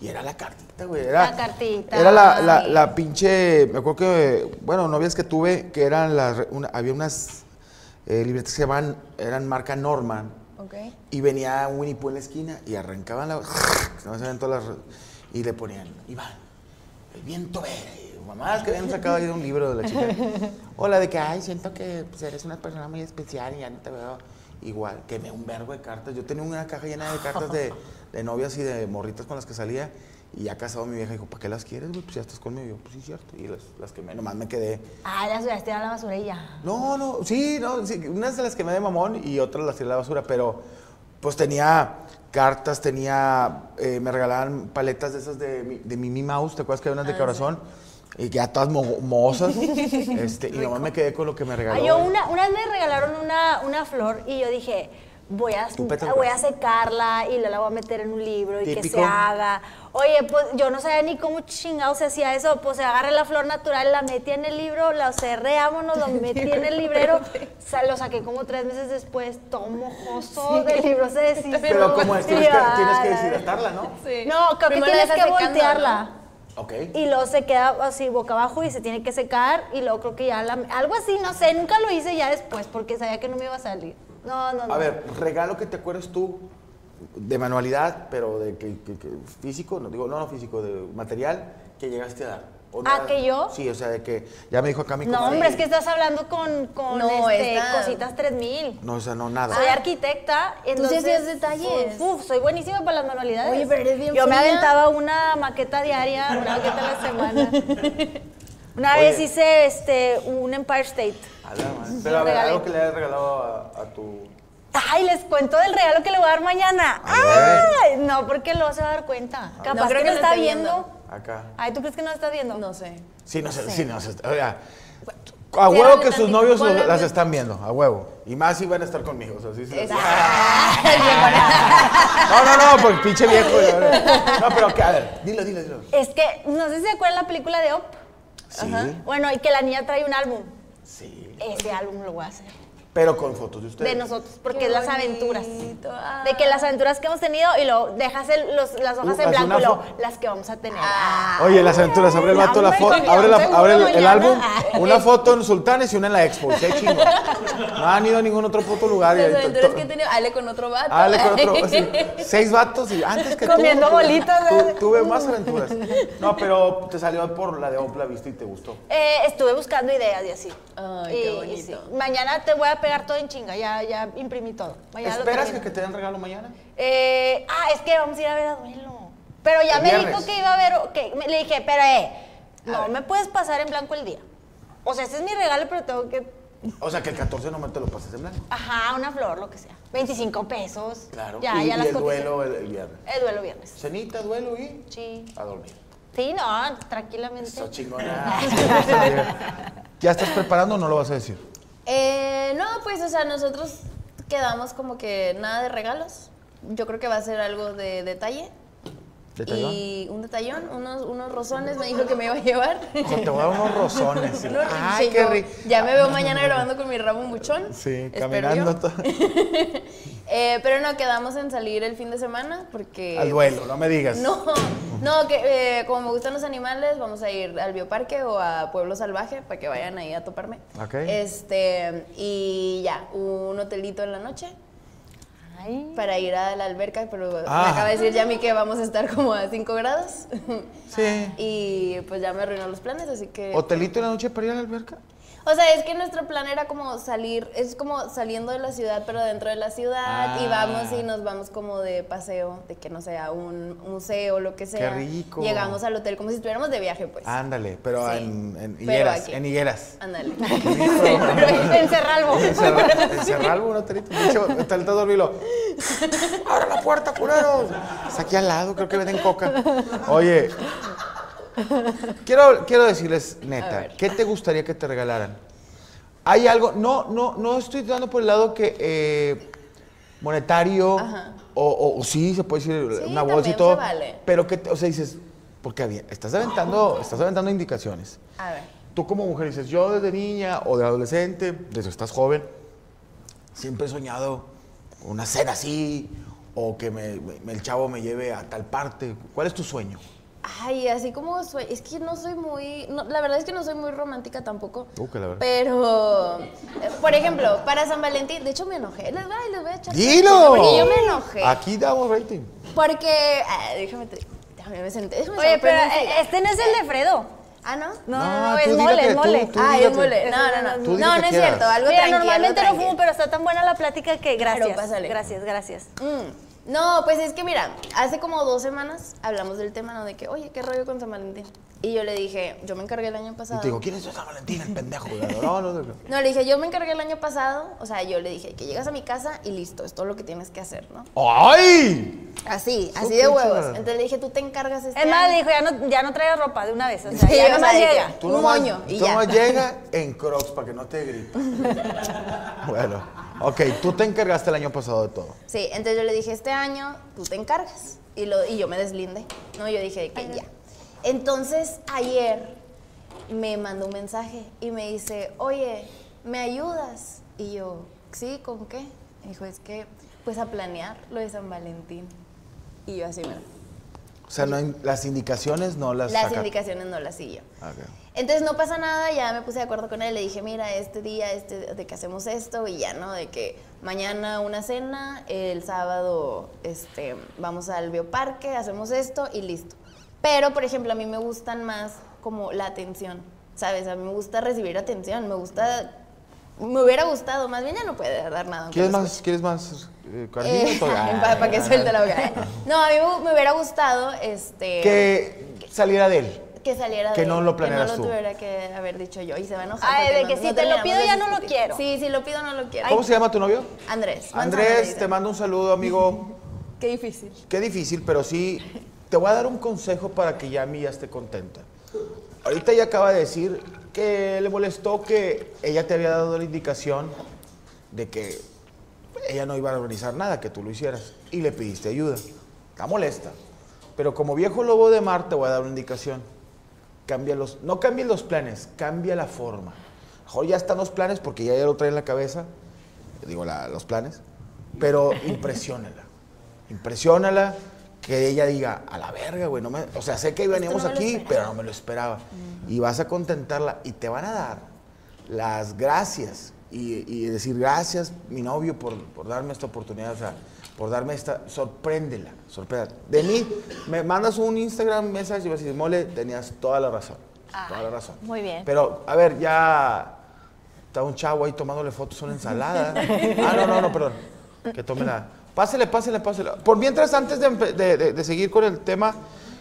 [SPEAKER 1] y era la cartita, güey. Era,
[SPEAKER 2] La cartita.
[SPEAKER 1] Era la, la- la pinche, me acuerdo que, bueno, novias que tuve, que eran las, re- una- había unas eh, libretas que se llamaban, eran marca Norman,
[SPEAKER 3] Ok.
[SPEAKER 1] y venía un Winnie Pooh en la esquina y arrancaban la. No se ven todas las. Y le ponían, Iván, el viento verde. Mamás que habían sacado ahí de un libro de la chica. O la de que, ay, siento que pues, eres una persona muy especial y ya no te veo igual. Quemé un vergo de cartas. Yo tenía una caja llena de cartas de, de novias y de morritas con las que salía. Y ya casado mi vieja dijo, ¿para qué las quieres, güey? Pues ya estás conmigo. Y yo, pues sí, cierto. Y las, las quemé. Nomás me quedé.
[SPEAKER 2] Ah, las tiraste a la basurilla.
[SPEAKER 1] No, no, sí, no, sí, unas de las que me de mamón y otras las tiré a la basura, pero pues tenía cartas, tenía, eh, me regalaban paletas de esas de, mi- de Mimi Mouse, ¿te acuerdas que hay
[SPEAKER 2] Ah,
[SPEAKER 1] unas de corazón? Y que ya todas mo- mohosas, este, y nomás me quedé con lo que me regaló.
[SPEAKER 2] Ah, yo
[SPEAKER 1] güey.
[SPEAKER 2] una, una vez me regalaron una, una flor y yo dije, voy a,
[SPEAKER 1] Un pétalo.
[SPEAKER 2] voy a secarla y luego la voy a meter en un libro y que
[SPEAKER 1] Típico.
[SPEAKER 2] se haga. Oye, pues yo no sabía ni cómo chingado se hacía eso. Pues agarré la flor natural, la metí en el libro, la cerré, vámonos, lo metí en el librero. sa- lo saqué como tres meses después, todo mojoso
[SPEAKER 3] Sí.
[SPEAKER 2] del libro, se deshizo.
[SPEAKER 1] Pero como es, tienes
[SPEAKER 2] Y
[SPEAKER 1] que,
[SPEAKER 2] yo,
[SPEAKER 1] tienes que
[SPEAKER 2] "Ah, la
[SPEAKER 1] deshidratarla, ¿no?
[SPEAKER 2] verga". No, creo que
[SPEAKER 3] Primero la
[SPEAKER 2] tienes
[SPEAKER 3] dejas
[SPEAKER 2] que
[SPEAKER 3] secando,
[SPEAKER 2] voltearla.
[SPEAKER 1] Ok.
[SPEAKER 2] Y luego se queda así boca abajo y se tiene que secar y luego creo que ya la- algo así, no sé, nunca lo hice ya después porque sabía que no me iba a salir. No, no, no.
[SPEAKER 1] A ver, regalo que te acuerdes tú de manualidad, pero de que, que- que físico, no digo, no, no físico, de material que llegaste a dar. O no
[SPEAKER 2] ¿Ah,
[SPEAKER 1] era-
[SPEAKER 2] que yo?
[SPEAKER 1] Sí, o sea, de que ya me dijo acá mi
[SPEAKER 2] No,
[SPEAKER 1] compadre
[SPEAKER 2] hombre, es que estás hablando con, con
[SPEAKER 3] No,
[SPEAKER 2] este,
[SPEAKER 3] esta-
[SPEAKER 2] cositas 3000.
[SPEAKER 1] No, o sea, no, nada.
[SPEAKER 2] Soy arquitecta, entonces...
[SPEAKER 3] hacías detalles.
[SPEAKER 2] Uf, uf, soy buenísima para las manualidades.
[SPEAKER 3] Oye, pero eres bien
[SPEAKER 2] Yo me
[SPEAKER 3] fría.
[SPEAKER 2] aventaba una maqueta diaria, una maqueta a la semana. Una
[SPEAKER 1] Oye.
[SPEAKER 2] vez hice este, un Empire State.
[SPEAKER 1] A la madre. Pero a ver,
[SPEAKER 2] Regalé.
[SPEAKER 1] algo que le hayas regalado a, a tu.
[SPEAKER 2] Ay, les cuento del regalo que le voy a dar mañana.
[SPEAKER 1] ver.
[SPEAKER 2] Ay, no, porque luego se va a dar cuenta. Capaz
[SPEAKER 3] No, creo
[SPEAKER 2] que no
[SPEAKER 3] que lo
[SPEAKER 2] está
[SPEAKER 3] esté
[SPEAKER 2] viendo.
[SPEAKER 3] viendo.
[SPEAKER 1] Acá.
[SPEAKER 2] Ay, ¿tú crees que no está viendo?
[SPEAKER 3] No sé.
[SPEAKER 1] Sí, no sé, sí, no sé. O sea, a huevo que sus novios los- las están viendo, a huevo. Y más si van a estar conmigo. O sea, sí, se las- No, no, no, pues pinche viejo. la verdad. No, pero que, a ver, dilo, dilo, dilo.
[SPEAKER 2] Es que, no sé si se acuerdan la película de Op.
[SPEAKER 1] Sí,
[SPEAKER 2] Bueno, y que la niña trae un álbum.
[SPEAKER 1] sí.
[SPEAKER 2] Ese álbum lo voy a hacer.
[SPEAKER 1] Pero con fotos de ustedes.
[SPEAKER 2] De nosotros, porque
[SPEAKER 3] Qué
[SPEAKER 2] es las aventuras.
[SPEAKER 3] bonito. Ah.
[SPEAKER 2] De que las aventuras que hemos tenido y luego dejas el- los- las hojas
[SPEAKER 1] Uh,
[SPEAKER 2] en
[SPEAKER 1] haz
[SPEAKER 2] blanco
[SPEAKER 1] una
[SPEAKER 2] y luego
[SPEAKER 1] fo- Ah.
[SPEAKER 2] las que vamos a tener.
[SPEAKER 1] Oye, las aventuras, abre el vato la foto,
[SPEAKER 2] Hombre,
[SPEAKER 1] abre, la-
[SPEAKER 2] seguro
[SPEAKER 1] abre el, el
[SPEAKER 2] mañana.
[SPEAKER 1] álbum,
[SPEAKER 2] Ah.
[SPEAKER 1] una foto en Sultanes y una en la Expo, qué chingo. No han ido a ningún otro puto lugar. y
[SPEAKER 3] Las
[SPEAKER 1] ahí to-
[SPEAKER 3] aventuras
[SPEAKER 1] to-
[SPEAKER 3] que he tenido. Ale con otro vato.
[SPEAKER 1] Ale con otro, sí, seis vatos y antes que tú,
[SPEAKER 2] Comiendo
[SPEAKER 1] tuve-
[SPEAKER 2] bolitas,
[SPEAKER 1] tu-
[SPEAKER 2] ¿verdad?
[SPEAKER 1] tuve más aventuras. No, pero te salió por la de Opla, viste y te gustó.
[SPEAKER 2] Eh, estuve buscando ideas y así.
[SPEAKER 3] Ay,
[SPEAKER 2] Y-
[SPEAKER 3] qué
[SPEAKER 2] y
[SPEAKER 3] bonito.
[SPEAKER 2] sí. Mañana te voy a pegar todo en chinga, ya, ya imprimí todo. Mañana lo
[SPEAKER 1] ¿Esperas que,
[SPEAKER 2] termino.
[SPEAKER 1] que te den regalo mañana?
[SPEAKER 2] Eh, ah, es que vamos a ir a ver a duelo. Pero ya
[SPEAKER 1] El
[SPEAKER 2] me
[SPEAKER 1] viernes.
[SPEAKER 2] dijo que iba a ver, que me- le dije, pero eh, no me puedes pasar en blanco el día. O sea, ese es mi regalo, pero tengo que,
[SPEAKER 1] O sea, que el 14 no me te lo pases en blanco.
[SPEAKER 2] ajá, una flor, lo que sea. 25 pesos.
[SPEAKER 1] Claro.
[SPEAKER 2] Ya,
[SPEAKER 1] y
[SPEAKER 2] ya
[SPEAKER 1] y
[SPEAKER 2] las
[SPEAKER 1] el
[SPEAKER 2] cotizaciones.
[SPEAKER 1] duelo el, el viernes.
[SPEAKER 2] El duelo viernes.
[SPEAKER 1] Cenita, duelo y
[SPEAKER 2] Sí.
[SPEAKER 1] a dormir.
[SPEAKER 2] Sí, no, tranquilamente.
[SPEAKER 1] Eso chingona. ¿Ya estás preparando o no lo vas a decir?
[SPEAKER 3] Eh, no, pues, o sea, nosotros quedamos como que nada de regalos. Yo creo que va a ser algo de detalle.
[SPEAKER 1] ¿Detallón?
[SPEAKER 3] Y un detallón, unos, unos rozones me dijo que me iba a llevar.
[SPEAKER 1] O sea, te voy a dar unos rozones. sí.
[SPEAKER 3] Unos
[SPEAKER 1] Ay,
[SPEAKER 3] rozones,
[SPEAKER 1] qué
[SPEAKER 3] yo
[SPEAKER 1] rico.
[SPEAKER 3] Ya me veo mañana grabando con mi ramo buchón.
[SPEAKER 1] Sí,
[SPEAKER 3] espero
[SPEAKER 1] caminando
[SPEAKER 3] yo.
[SPEAKER 1] todo.
[SPEAKER 3] Eh, pero no, quedamos en salir el fin de semana porque...
[SPEAKER 1] al duelo, no me digas.
[SPEAKER 3] Eh, No, no, que eh, como me gustan los animales, vamos a ir al bioparque o a Pueblo Salvaje para que vayan ahí a toparme.
[SPEAKER 1] Ok.
[SPEAKER 3] Este, y ya, un hotelito en la noche
[SPEAKER 2] Ay.
[SPEAKER 3] para ir a la alberca, pero
[SPEAKER 1] Ah.
[SPEAKER 3] me acaba de decir Yami que vamos a estar como a 5 grados.
[SPEAKER 1] Sí.
[SPEAKER 3] Y pues ya me arruinó los planes, así que...
[SPEAKER 1] ¿Hotelito en la noche para ir a la alberca?
[SPEAKER 3] O sea, es que nuestro plan era como salir, es como saliendo de la ciudad, pero dentro de la ciudad, y
[SPEAKER 1] Ah.
[SPEAKER 3] vamos y nos vamos como de paseo, de que no sea un museo, lo que sea.
[SPEAKER 1] rico.
[SPEAKER 3] Llegamos al hotel como si estuviéramos de viaje, pues.
[SPEAKER 1] Ándale, pero
[SPEAKER 3] Sí.
[SPEAKER 1] en, en
[SPEAKER 3] Pero
[SPEAKER 1] higueras,
[SPEAKER 3] aquí.
[SPEAKER 1] en higueras.
[SPEAKER 3] Ándale.
[SPEAKER 2] En Cerralbo.
[SPEAKER 1] En Cerral- en Cerralbo, un hotelito, pinche hotelito a dormirlo. ¡Abre la puerta, culeros! Es aquí al lado, creo que venden coca. Oye, quiero, quiero decirles, neta, ¿qué te gustaría que te regalaran? Hay algo, no, no, no estoy dando por el lado que eh, monetario, o, o- o sí, se puede decir
[SPEAKER 3] Sí,
[SPEAKER 1] una bolsa y
[SPEAKER 3] también
[SPEAKER 1] todo.
[SPEAKER 3] se vale.
[SPEAKER 1] Pero que, te- o sea, dices, porque había, estás aventando, estás aventando indicaciones.
[SPEAKER 3] A ver.
[SPEAKER 1] Tú como mujer dices, yo desde niña o de adolescente, desde que estás joven, siempre he soñado con una cena así o que me- me- el chavo me lleve a tal parte. ¿Cuál es tu sueño?
[SPEAKER 3] Ay, así como soy, es que no soy muy, no, la verdad es que no soy muy romántica tampoco.
[SPEAKER 1] Uh, que la verdad.
[SPEAKER 3] Pero, eh, por ejemplo, para San Valentín, de hecho me enojé, les voy, a- les voy a echar.
[SPEAKER 1] ¡Dilo!
[SPEAKER 3] Porque yo me enojé.
[SPEAKER 1] Aquí damos rating.
[SPEAKER 3] Porque, ah, déjame, te- déjame, me senté, déjame
[SPEAKER 2] Oye, pero
[SPEAKER 3] sorprender.
[SPEAKER 2] eh, este no es el de Fredo.
[SPEAKER 3] Ah, ¿no?
[SPEAKER 1] No,
[SPEAKER 2] No, no, no, es
[SPEAKER 1] tú di lo
[SPEAKER 2] mole,
[SPEAKER 1] que-
[SPEAKER 2] es
[SPEAKER 1] tú- tú
[SPEAKER 2] mole.
[SPEAKER 1] di lo que-
[SPEAKER 3] No, no,
[SPEAKER 1] Tú
[SPEAKER 3] no.
[SPEAKER 1] di
[SPEAKER 3] No,
[SPEAKER 1] lo
[SPEAKER 3] no
[SPEAKER 1] que
[SPEAKER 3] es cierto,
[SPEAKER 1] quieras.
[SPEAKER 3] algo
[SPEAKER 2] Mira,
[SPEAKER 3] tranqui,
[SPEAKER 2] normalmente
[SPEAKER 3] algo
[SPEAKER 2] no fumo, pero está tan buena la plática que gracias.
[SPEAKER 3] pásale.
[SPEAKER 2] Gracias, gracias.
[SPEAKER 3] tranqui. Mm, No, pues es que mira, hace como dos semanas hablamos del tema, ¿no? De que, oye, ¿qué rollo con San Valentín? Y yo le dije, yo me encargué el año
[SPEAKER 1] Y
[SPEAKER 3] pasado.
[SPEAKER 1] te digo, ¿quién es San Valentín, el pendejo? No, no, no.
[SPEAKER 3] No, le dije, yo me encargué el año pasado, o sea, yo le dije que llegas a mi casa y listo, es todo lo que tienes que hacer, ¿no?
[SPEAKER 1] ¡Ay!
[SPEAKER 3] Así,
[SPEAKER 1] Su
[SPEAKER 3] así de
[SPEAKER 1] pinche
[SPEAKER 3] huevos.
[SPEAKER 1] madre.
[SPEAKER 3] Entonces le dije, tú te encargas este
[SPEAKER 2] Es más, le
[SPEAKER 3] año".
[SPEAKER 2] dijo, ya no, ya no traigas ropa de una vez. O sea,
[SPEAKER 3] Sí,
[SPEAKER 2] ya
[SPEAKER 3] o
[SPEAKER 2] nomás
[SPEAKER 3] sea,
[SPEAKER 2] llega.
[SPEAKER 3] ya.
[SPEAKER 1] Tú
[SPEAKER 3] Un
[SPEAKER 1] nomás-
[SPEAKER 3] moño y
[SPEAKER 1] Tú
[SPEAKER 3] ya.
[SPEAKER 1] nomás llega en crocs para que no te gripe. bueno, ok, tú te encargaste el año pasado de todo.
[SPEAKER 3] Sí, entonces yo le dije, este año tú te encargas. Y, lo, y yo me deslinde, ¿no? Yo dije de que ya. Entonces ayer me mandó un mensaje y me dice, oye, ¿me ayudas? Y yo, sí, ¿con qué? Y dijo, es que, pues a planear lo de San Valentín. Y yo así, mira.
[SPEAKER 1] O sea, no, hay- las indicaciones no las
[SPEAKER 3] Las
[SPEAKER 1] saca- Ah,
[SPEAKER 3] indicaciones no las sigo.
[SPEAKER 1] Ok.
[SPEAKER 3] Entonces no pasa nada, ya me puse de acuerdo con él, le dije, mira, este día, este, de que hacemos esto y ya, ¿no? De que mañana una cena, el sábado este, vamos al bioparque, hacemos esto y listo. Pero, por ejemplo, a mí me gustan más como la atención, ¿sabes? A mí me gusta recibir atención, me gusta... Me hubiera gustado, más bien ya no puede dar nada. aunque
[SPEAKER 1] ¿Quieres
[SPEAKER 3] lo
[SPEAKER 1] más? ¿Quieres más? eh, carnita
[SPEAKER 3] Eh,
[SPEAKER 1] o- Ah,
[SPEAKER 3] para, para que suelte la boca. No, a mí me, me hubiera gustado este
[SPEAKER 1] Que saliera de él.
[SPEAKER 3] que saliera
[SPEAKER 1] Que
[SPEAKER 3] de
[SPEAKER 1] no
[SPEAKER 3] él,
[SPEAKER 1] lo planearas
[SPEAKER 3] que no
[SPEAKER 1] tú.
[SPEAKER 3] lo tuviera que haber dicho yo y se va a enojar.
[SPEAKER 2] Ay,
[SPEAKER 3] porque
[SPEAKER 2] de
[SPEAKER 3] no-
[SPEAKER 2] que
[SPEAKER 3] no
[SPEAKER 2] si te lo
[SPEAKER 3] terminamos
[SPEAKER 2] pido,
[SPEAKER 3] de
[SPEAKER 2] ya no lo
[SPEAKER 3] discutir.
[SPEAKER 2] quiero.
[SPEAKER 3] Sí, si lo pido no lo quiero.
[SPEAKER 1] ¿Cómo se llama tu novio?
[SPEAKER 3] Andrés. Manzana le
[SPEAKER 1] Andrés,
[SPEAKER 3] dicen.
[SPEAKER 1] te mando un saludo, amigo.
[SPEAKER 3] Qué difícil.
[SPEAKER 1] Qué difícil, pero sí, te voy a dar un consejo para que Yami ya esté contenta. Ahorita ella acaba de decir que le molestó que ella te había dado la indicación de que ella no iba a organizar nada, que tú lo hicieras, y le pidiste ayuda. Está molesta. Pero como viejo lobo de mar, te voy a dar una indicación. Cambia los, no cambies los planes, cambia la forma. A lo Mejor ya están los planes porque ya, ya lo trae en la cabeza, digo, la- los planes, pero impresiónala. Impresiónala, que ella diga, a la verga, güey, no me, o sea, sé que veníamos
[SPEAKER 3] no me lo
[SPEAKER 1] aquí,
[SPEAKER 3] esperaba.
[SPEAKER 1] pero no me lo esperaba. Y vas a contentarla y te van a dar las gracias y, y decir gracias, mi novio, por, por darme esta oportunidad, o sea, por darme esta, sorpréndela, sorpréndela. De mí, me mandas un Instagram message y vas a decir, mole, tenías toda la razón, toda
[SPEAKER 3] Ah,
[SPEAKER 1] la razón.
[SPEAKER 2] muy bien.
[SPEAKER 1] Pero, a ver, ya está un chavo ahí tomándole fotos a una ensalada. ah, no, no, no, perdón. Que tome la. Pásele, pásele, pásele. Por mientras, antes de, empe- de- de- de seguir con el tema,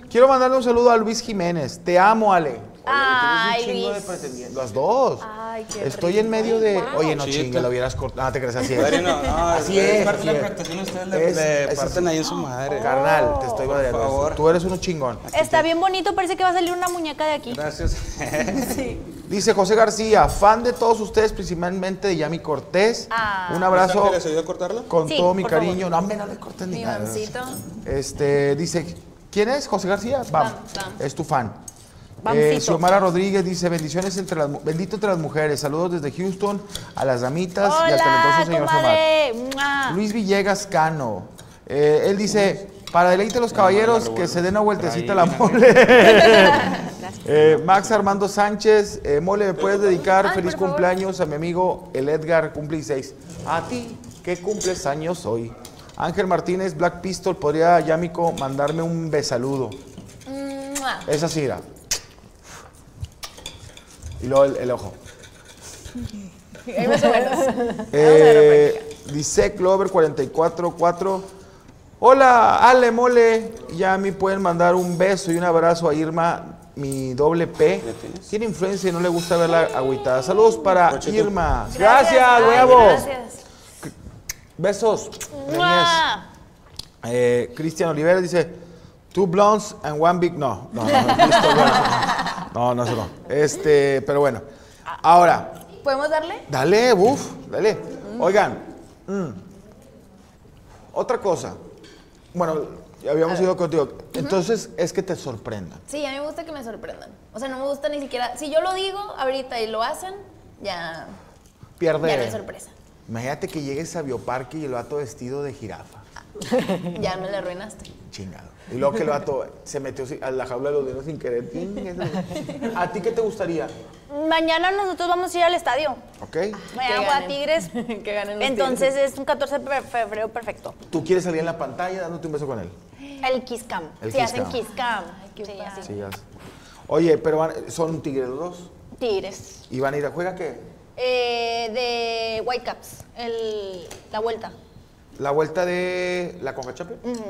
[SPEAKER 1] quiero mandarle un saludo a Luis Jiménez. Te amo, Ale. Oye, tienes un
[SPEAKER 3] Ay,
[SPEAKER 1] chingo de
[SPEAKER 3] Luis.
[SPEAKER 1] pretendientes. Las dos.
[SPEAKER 3] Ay, qué
[SPEAKER 1] Estoy en medio de. Oye, no
[SPEAKER 4] Chita.
[SPEAKER 1] chingue, lo hubieras cortado. Ah, te crees así. es.
[SPEAKER 4] Madre, no, no,
[SPEAKER 1] así
[SPEAKER 4] ustedes
[SPEAKER 1] es.
[SPEAKER 4] parten
[SPEAKER 1] así
[SPEAKER 4] la
[SPEAKER 1] es.
[SPEAKER 4] prestación, ustedes le- le
[SPEAKER 1] es
[SPEAKER 4] parten
[SPEAKER 1] así.
[SPEAKER 4] ahí en su madre.
[SPEAKER 1] Carnal, te estoy
[SPEAKER 4] Por
[SPEAKER 1] madreando.
[SPEAKER 4] favor.
[SPEAKER 1] Tú eres uno chingón.
[SPEAKER 2] Está bien bonito, parece que va a salir una muñeca de aquí.
[SPEAKER 4] Gracias.
[SPEAKER 1] Dice José García, fan de todos ustedes, principalmente de Yami Cortés.
[SPEAKER 3] Ah.
[SPEAKER 1] Un abrazo.
[SPEAKER 4] ¿Pensaba que les ayudó a cortarla?
[SPEAKER 1] Con
[SPEAKER 2] Sí,
[SPEAKER 1] todo mi
[SPEAKER 2] por favor.
[SPEAKER 1] cariño. No, hombre, no le cortes ni
[SPEAKER 3] Mi
[SPEAKER 1] nada.
[SPEAKER 3] mamcito.
[SPEAKER 1] Este, dice, ¿quién es? José García. Bam.
[SPEAKER 3] Bam, bam.
[SPEAKER 1] Es tu fan.
[SPEAKER 2] Bamcito.
[SPEAKER 1] Eh, Xiomara Rodríguez dice, bendiciones entre las, mu- bendito entre las mujeres. Saludos desde Houston a las damitas y al
[SPEAKER 2] Hola,
[SPEAKER 1] talentoso señor Samar.
[SPEAKER 2] comadre. Mua.
[SPEAKER 3] Ah.
[SPEAKER 1] Luis Villegas Cano. Eh, él dice, para deleite a los caballeros, que se den una vueltecita a la mole. Eh, Max Armando Sánchez, eh, mole, ¿me puedes dedicar
[SPEAKER 3] Ay,
[SPEAKER 1] feliz
[SPEAKER 3] por favor.
[SPEAKER 1] cumpleaños a mi amigo el Edgar, cumple seis. A ti, ¿qué cumples años hoy? Ángel Martínez, Black Pistol, ¿podría Yámico mandarme un besaludo?
[SPEAKER 3] Mm, Mua.
[SPEAKER 1] Esa sí era. Y luego el, el ojo.
[SPEAKER 3] Ahí más o menos.
[SPEAKER 1] Eh, dice Clover444. Hola, Ale, mole. Ya me pueden mandar un beso y un abrazo a Irma, mi doble P. Tiene influencia y no le gusta verla agüitada. Saludos para Irma. Gracias, huevo.
[SPEAKER 2] Gracias.
[SPEAKER 1] Besos. niñez.
[SPEAKER 2] Mua.
[SPEAKER 1] Eh, Cristian Olivera dice, two blondes and one big... No, no, no, no, esto no, no, no, eso no. Este, pero bueno. Ahora,
[SPEAKER 3] ¿Podemos darle?
[SPEAKER 1] Dale, buf, dale. Oigan, mm, otra cosa. Bueno, Habíamos
[SPEAKER 3] A ver.
[SPEAKER 1] ido contigo. Entonces, es que te sorprenda.
[SPEAKER 3] Sí, a mí me gusta que me sorprendan. O sea, no me gusta ni siquiera. Si yo lo digo ahorita y lo hacen, ya.
[SPEAKER 1] Pierde.
[SPEAKER 3] Ya no es sorpresa.
[SPEAKER 1] Imagínate que llegues a Bioparque y el vato vestido de jirafa.
[SPEAKER 3] Ya me la arruinaste.
[SPEAKER 1] Chingado. Y luego que el vato se metió sin- a la jaula de los dinos sin querer. Chingue, ¿A ti qué te gustaría?
[SPEAKER 2] Mañana nosotros vamos a ir al estadio.
[SPEAKER 1] ¿Ok?
[SPEAKER 2] Mañana
[SPEAKER 3] Que
[SPEAKER 2] juega
[SPEAKER 3] ganen.
[SPEAKER 2] Tigres.
[SPEAKER 3] que ganen los
[SPEAKER 2] Entonces
[SPEAKER 3] Tigres.
[SPEAKER 2] es un 14 de febrero perfecto.
[SPEAKER 1] Tú quieres salir en la pantalla dándote un beso con él.
[SPEAKER 2] El Kiss Cam.
[SPEAKER 1] El
[SPEAKER 2] sí,
[SPEAKER 1] Kiss
[SPEAKER 2] hacen
[SPEAKER 1] Cam.
[SPEAKER 2] Kiss Cam. Sí, así.
[SPEAKER 1] Sí, ya sé. Oye, pero van- son tigres los dos.
[SPEAKER 2] Tigres.
[SPEAKER 1] ¿Y van a ir a juega qué?
[SPEAKER 2] Eh, de Whitecaps. El, la vuelta.
[SPEAKER 1] ¿La vuelta de la Conca Champions?
[SPEAKER 2] Ujú.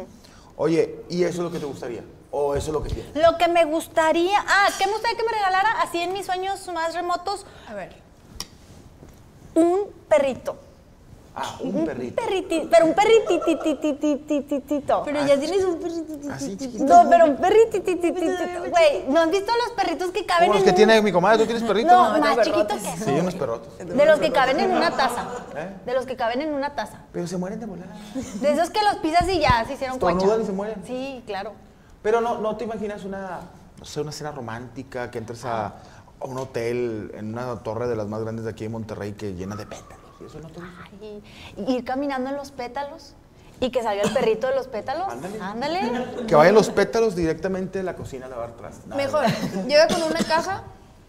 [SPEAKER 1] Oye, ¿y eso es lo que te gustaría? ¿O eso es lo que quieres?
[SPEAKER 2] Lo que me gustaría. Ah, ¿qué me gustaría que me regalara? Así en mis sueños más remotos.
[SPEAKER 3] A ver.
[SPEAKER 2] Un perrito.
[SPEAKER 1] Ah, un perrito.
[SPEAKER 2] Perriti- pero un perrititititititito.
[SPEAKER 3] Pero ya tienes un perrito.
[SPEAKER 1] Así chiquito.
[SPEAKER 2] No, pero un perritititititito. Güey, ¿no has visto los perritos que caben
[SPEAKER 1] Como
[SPEAKER 2] en
[SPEAKER 1] los que
[SPEAKER 2] un-
[SPEAKER 1] tiene mi comadre, ¿tú tienes perrito?
[SPEAKER 2] No,
[SPEAKER 3] no,
[SPEAKER 2] más chiquitos
[SPEAKER 3] perrotes.
[SPEAKER 2] que eso.
[SPEAKER 1] Sí, unos perrotos.
[SPEAKER 2] De los que caben en una taza.
[SPEAKER 1] ¿Eh?
[SPEAKER 2] De los que caben en una taza.
[SPEAKER 1] Pero se mueren de volada.
[SPEAKER 2] De esos que los pisas y ya se hicieron cuacha.
[SPEAKER 1] Estornudan y se mueren.
[SPEAKER 2] Sí, claro.
[SPEAKER 1] Pero no, no te imaginas una, no sé, una cena romántica que entres a, a un hotel en una torre de las más grandes de aquí de Monterrey que llena de pétalos. Eso no te gusta.
[SPEAKER 2] Ay, y ir caminando en los pétalos y que salga el perrito de los pétalos.
[SPEAKER 1] Ándale.
[SPEAKER 2] Ándale.
[SPEAKER 1] Que vayan los pétalos directamente de la cocina a lavar trastes. Nada,
[SPEAKER 3] Mejor,
[SPEAKER 1] ¿verdad?
[SPEAKER 3] llega con una caja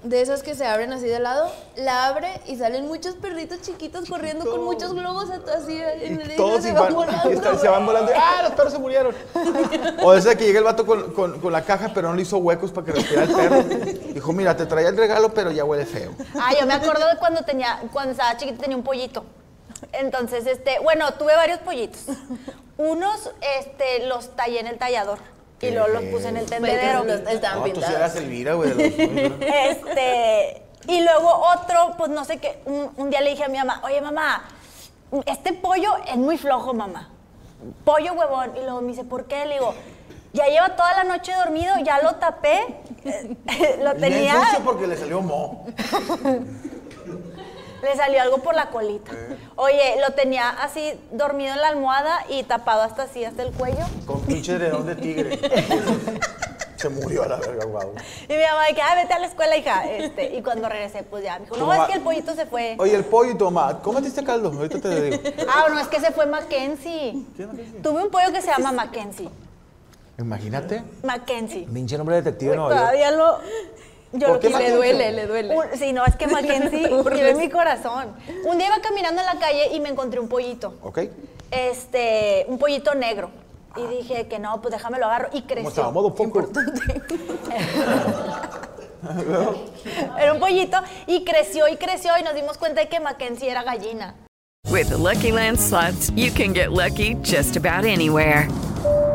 [SPEAKER 3] de esas que se abren así de lado, la abre y salen muchos perritos chiquitos corriendo con muchos globos a- así en el
[SPEAKER 1] Y todos
[SPEAKER 3] se
[SPEAKER 1] se
[SPEAKER 3] van
[SPEAKER 1] van,
[SPEAKER 3] volando.
[SPEAKER 1] y están- se van volando. ¡Ah, los perros se murieron! O ese que llega el vato con, con- con la caja, pero no le hizo huecos para que respirara el perro. Dijo, mira, te traía el regalo, pero ya huele feo.
[SPEAKER 2] Ah, yo me acuerdo de cuando tenía, cuando estaba chiquita tenía un pollito. Entonces, este, bueno, tuve varios pollitos. Unos, este, los tallé en el tallador. Y
[SPEAKER 1] Qué
[SPEAKER 2] luego los puse en el
[SPEAKER 1] feo.
[SPEAKER 2] tendedero.
[SPEAKER 3] Los- pues, estaban
[SPEAKER 1] No, tú sí
[SPEAKER 3] pintados.
[SPEAKER 1] eras Elvira, güey. de los-
[SPEAKER 2] Este, y luego otro, pues no sé qué, un, un día le dije a mi mamá, oye mamá, este pollo es muy flojo, mamá. Pollo huevón. Y luego me dice, ¿por qué? Le digo, ya lleva toda la noche dormido, ya lo tapé, eh, lo
[SPEAKER 1] Le
[SPEAKER 2] tenía,
[SPEAKER 1] ensucio porque le salió mo.
[SPEAKER 2] le salió algo por la colita.
[SPEAKER 1] Eh.
[SPEAKER 2] Oye, lo tenía así dormido en la almohada y tapado hasta así, hasta el cuello.
[SPEAKER 1] Con pinche dredón de tigre. Se murió a la verga, guau.
[SPEAKER 2] Y mi mamá de que, ah, vete a la escuela, hija. Este, y cuando regresé, pues ya, me dijo,
[SPEAKER 1] Tu
[SPEAKER 2] no,
[SPEAKER 1] mamá-
[SPEAKER 2] es que el pollito se fue.
[SPEAKER 1] Oye, el pollo y tu mamá, cómete este caldo, ahorita te lo digo.
[SPEAKER 2] Ah, no, es que se fue Mackenzie. Tuve un pollo que se llama Mackenzie.
[SPEAKER 1] Imagínate,
[SPEAKER 2] Mackenzie.
[SPEAKER 1] pinche nombre de detective
[SPEAKER 2] Uy,
[SPEAKER 1] de Nueva York.
[SPEAKER 2] Todavía lo. Yo
[SPEAKER 1] ¿Por
[SPEAKER 2] lo
[SPEAKER 1] qué
[SPEAKER 2] quise-
[SPEAKER 1] Mackenzie? Le duele,
[SPEAKER 3] le duele.
[SPEAKER 2] Un- sí, no, es que Mackenzie vive mi corazón. Un día iba caminando en la calle y me encontré un pollito.
[SPEAKER 1] ¿Ok?
[SPEAKER 2] Este, un pollito negro. Y dije que no, pues déjame lo agarro. Y
[SPEAKER 1] Ah. Como
[SPEAKER 2] creció.
[SPEAKER 1] estaba modo poco.
[SPEAKER 2] Era un pollito. Y creció y creció. Y nos dimos cuenta de que Mackenzie era gallina.
[SPEAKER 6] With the Lucky Land slots, you can get lucky just about anywhere.